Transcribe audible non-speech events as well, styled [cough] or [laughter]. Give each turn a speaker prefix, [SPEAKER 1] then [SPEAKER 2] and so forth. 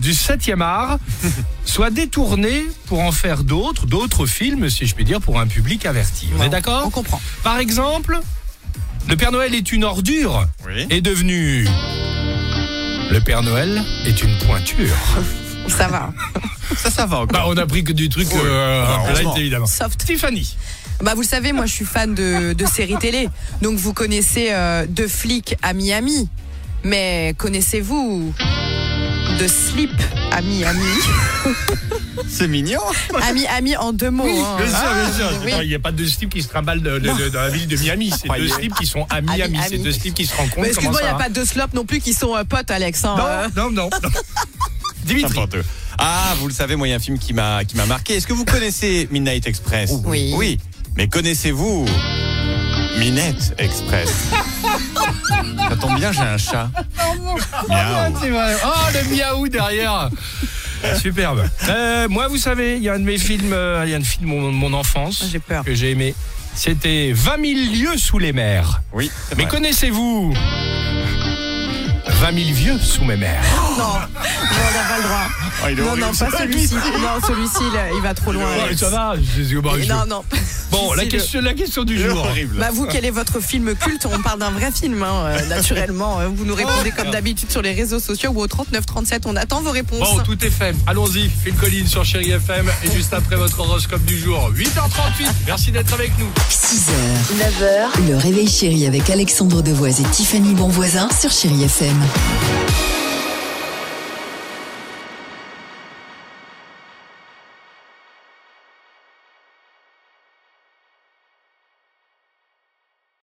[SPEAKER 1] du 7e [laughs] art soient détournés pour en faire d'autres, d'autres films, si je puis dire, pour un public averti. On est d'accord
[SPEAKER 2] On comprend.
[SPEAKER 1] Par exemple, Le Père Noël est une ordure
[SPEAKER 3] Oui.
[SPEAKER 1] est devenu Le Père Noël est une pointure.
[SPEAKER 4] Ça va. hein.
[SPEAKER 1] [laughs]
[SPEAKER 3] Ça, ça va
[SPEAKER 1] Bah,
[SPEAKER 3] encore.
[SPEAKER 1] on a pris que du truc
[SPEAKER 3] Oui.
[SPEAKER 1] euh,
[SPEAKER 3] Ah,
[SPEAKER 1] light,
[SPEAKER 3] heureusement.
[SPEAKER 1] évidemment.
[SPEAKER 4] Soft.
[SPEAKER 1] Stéphanie,
[SPEAKER 4] Bah vous le savez, moi je suis fan de, de séries télé. Donc vous connaissez euh, de flics à Miami. Mais connaissez-vous de slip à Miami
[SPEAKER 1] [laughs]
[SPEAKER 3] C'est [laughs] mignon.
[SPEAKER 4] À Miami en deux mots. hein.
[SPEAKER 1] Bien sûr, bien sûr.
[SPEAKER 4] oui.
[SPEAKER 1] Non, Il n'y a pas deux slips qui se trimballent de- de- de- dans la ville de Miami. C'est deux
[SPEAKER 3] Croyez.
[SPEAKER 1] slips qui sont à Miami. C'est
[SPEAKER 4] Miami.
[SPEAKER 1] deux slips qui se rencontrent.
[SPEAKER 4] Mais
[SPEAKER 1] Comment
[SPEAKER 4] excuse-moi, il n'y
[SPEAKER 1] ça
[SPEAKER 4] a
[SPEAKER 1] va
[SPEAKER 4] pas de slop non plus qui sont euh, potes, Alex. hein, euh.
[SPEAKER 1] Non, non, non. non. Ah [laughs] Dimitri.
[SPEAKER 3] N'importe. Ah, vous le savez, moi, il y a un film qui m'a qui m'a marqué. Est-ce que vous connaissez Midnight Express
[SPEAKER 4] Oui.
[SPEAKER 3] Oh, Oui. Mais connaissez-vous Minette Express [laughs] Ça tombe bien, j'ai un chat.
[SPEAKER 1] Ah,
[SPEAKER 3] Miaou.
[SPEAKER 1] c'est vrai. Oh, le miaou derrière. Superbe. Euh, moi, vous savez, il y a un de mes films, euh, il y a un film de mon, mon enfance
[SPEAKER 4] J'ai peur.
[SPEAKER 1] que j'ai aimé. C'était 20 000 lieux sous les mers.
[SPEAKER 3] Oui. c'est
[SPEAKER 1] Mais
[SPEAKER 3] vrai.
[SPEAKER 1] connaissez-vous 20 000 vieux sous mes mers
[SPEAKER 4] Non, on n'a pas
[SPEAKER 1] [laughs]
[SPEAKER 4] le droit.
[SPEAKER 3] Oh, il est
[SPEAKER 4] Non,
[SPEAKER 3] horrible,
[SPEAKER 4] non, pas
[SPEAKER 3] ça.
[SPEAKER 4] celui-ci. Non, celui-ci, là, il va trop loin.
[SPEAKER 1] Ouais,
[SPEAKER 4] Alex.
[SPEAKER 1] Ça va je- je- bon, je-
[SPEAKER 4] Non, non.
[SPEAKER 1] Bon, la
[SPEAKER 4] Celui-ci,
[SPEAKER 1] question, la question du
[SPEAKER 3] Il est
[SPEAKER 1] jour.
[SPEAKER 3] horrible.
[SPEAKER 4] Bah vous, quel est votre film culte On parle d'un vrai film, hein, euh, naturellement. Euh, Vous nous répondez comme d'habitude sur les réseaux sociaux ou au 3937. On attend vos réponses.
[SPEAKER 1] Bon, tout est fait. Allons-y, Phil Collins sur Chéri FM et juste après votre horoscope du jour, 8h38. Merci d'être avec nous.
[SPEAKER 2] 6h, 9h, le réveil chéri avec Alexandre Devoise et Tiffany Bonvoisin sur Chéri FM.